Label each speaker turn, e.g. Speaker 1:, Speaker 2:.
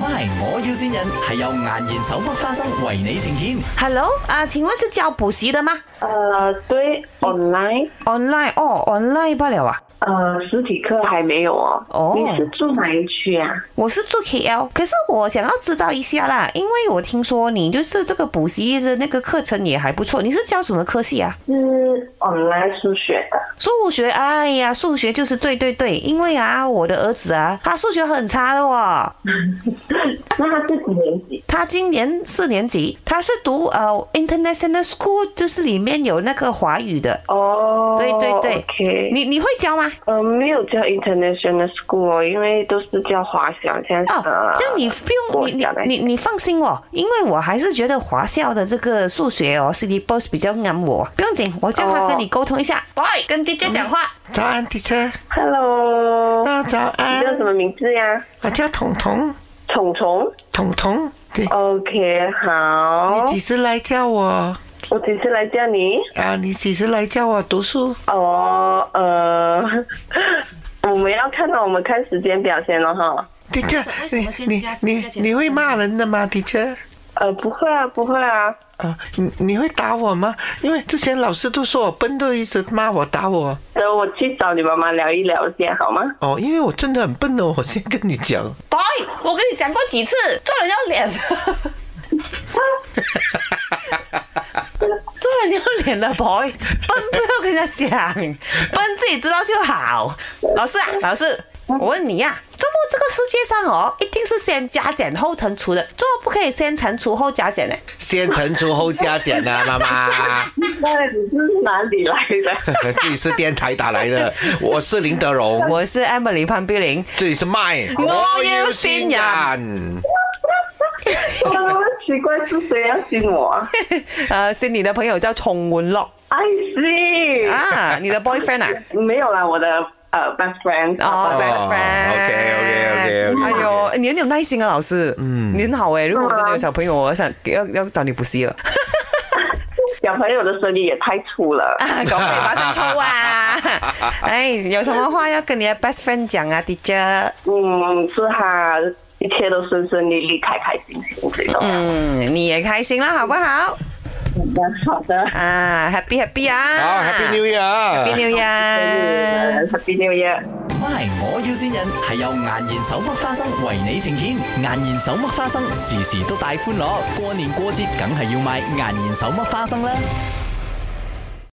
Speaker 1: MY，我要先人係由顏然手剝花生為你呈現。
Speaker 2: Hello，啊、请问是教补习的吗
Speaker 3: 呃，对，online，
Speaker 2: ？Online 哦，online 罢了啊。
Speaker 3: 呃，实体课还没有哦。
Speaker 2: 哦
Speaker 3: 你是住哪一区啊？
Speaker 2: 我是住 KL，可是我想要知道一下啦，因为我听说你就是这个补习的那个课程也还不错，你是教什么科系啊？
Speaker 3: 是 online 数学的。
Speaker 2: 数学，哎呀，数学就是对对对，因为啊，我的儿子啊，他数学很差的哦，
Speaker 3: 那他是几年级？
Speaker 2: 他今年四年级，他是读呃 international school，就是里面有那个华语的，
Speaker 3: 哦，
Speaker 2: 对对对
Speaker 3: OK，
Speaker 2: 你你会教吗？
Speaker 3: 呃，没有叫 international school，哦因为都是叫华小，现在是
Speaker 2: 哦
Speaker 3: 呃，
Speaker 2: 这样你不用
Speaker 3: 我
Speaker 2: 你你
Speaker 3: 晓得
Speaker 2: 你你放心哦，因为我还是觉得华校的这个数学哦，City Boss 比较啱我，不用紧，我叫他
Speaker 3: 哦
Speaker 2: 跟你沟通一下。喂、跟 DJ 讲话，
Speaker 4: 早安，teacher。
Speaker 3: Hello，
Speaker 4: 大家早
Speaker 3: 你
Speaker 4: 安
Speaker 3: 叫。什么名字呀？
Speaker 4: 我叫彤彤，
Speaker 3: 虫虫。
Speaker 4: 彤彤。对，
Speaker 3: OK，好
Speaker 2: 哦
Speaker 4: 你，几时来叫我？
Speaker 3: 我只是来叫你。
Speaker 4: 啊，你几时来叫我读书？
Speaker 3: 哦，呃， 我们要看到我们看时间表先了哈。
Speaker 4: teacher，你你你你会骂人的吗，teacher？
Speaker 3: 呃，不会啊，不会啊。
Speaker 4: 啊，你你会打我吗？因为之前老师都说我笨，都一直骂我打我。
Speaker 3: 等我去找你妈妈聊一聊先好吗？
Speaker 4: 哦，因为我真的很笨哦，我先跟你讲。
Speaker 2: 喂，我跟你讲过几次，做人要脸，做人要脸的 boy，笨不要跟人家讲，笨自己知道就好。老师啊，老师，我问你呀、啊，怎么这个世界上哦，一定是先加减后乘除的，怎么不可以先乘除后加减呢？
Speaker 4: 先乘除后加减啊，妈妈。
Speaker 3: 那你是哪里来的？
Speaker 4: 这里是电台打来的，我是林德荣，
Speaker 2: 我是 Emily 潘碧玲。
Speaker 4: 这里是麦，
Speaker 2: 我要先
Speaker 4: 人。
Speaker 3: 奇怪，是谁要信我啊
Speaker 2: 呃，是你的朋友叫崇文 乐
Speaker 3: ？I see，、
Speaker 2: 啊，你的 boyfriend 啊？
Speaker 3: 没有啦，我的呃 best friend，
Speaker 2: 哦、
Speaker 3: 呃
Speaker 2: b e s t
Speaker 4: ，OK，OK，OK，OK
Speaker 2: friend。哎呦，你很有耐心啊，老师。嗯，你很好哎、如果我真的有小朋友，我想哎要要找你补习 了。
Speaker 3: 小朋友的声音也太粗了。
Speaker 2: 讲你把声粗啊！ 哎，有什么话要跟你的 best friend 讲啊，teacher？
Speaker 3: 嗯，祝他一切都顺顺利利、开开心心最重要。
Speaker 2: 嗯，你也开心啦，好不好？
Speaker 3: 好的，好
Speaker 2: 啊，happy happy 啊！
Speaker 4: 好，Happy New
Speaker 2: Year，Happy
Speaker 4: Year！
Speaker 2: New
Speaker 3: 的
Speaker 2: Year！
Speaker 3: ，Happy New Year。
Speaker 1: MY，我要先人係由顏然手剝花生為你呈現。顏然手剝花生時時都帶歡樂，過年過節梗係要買顏然手剝花生啦。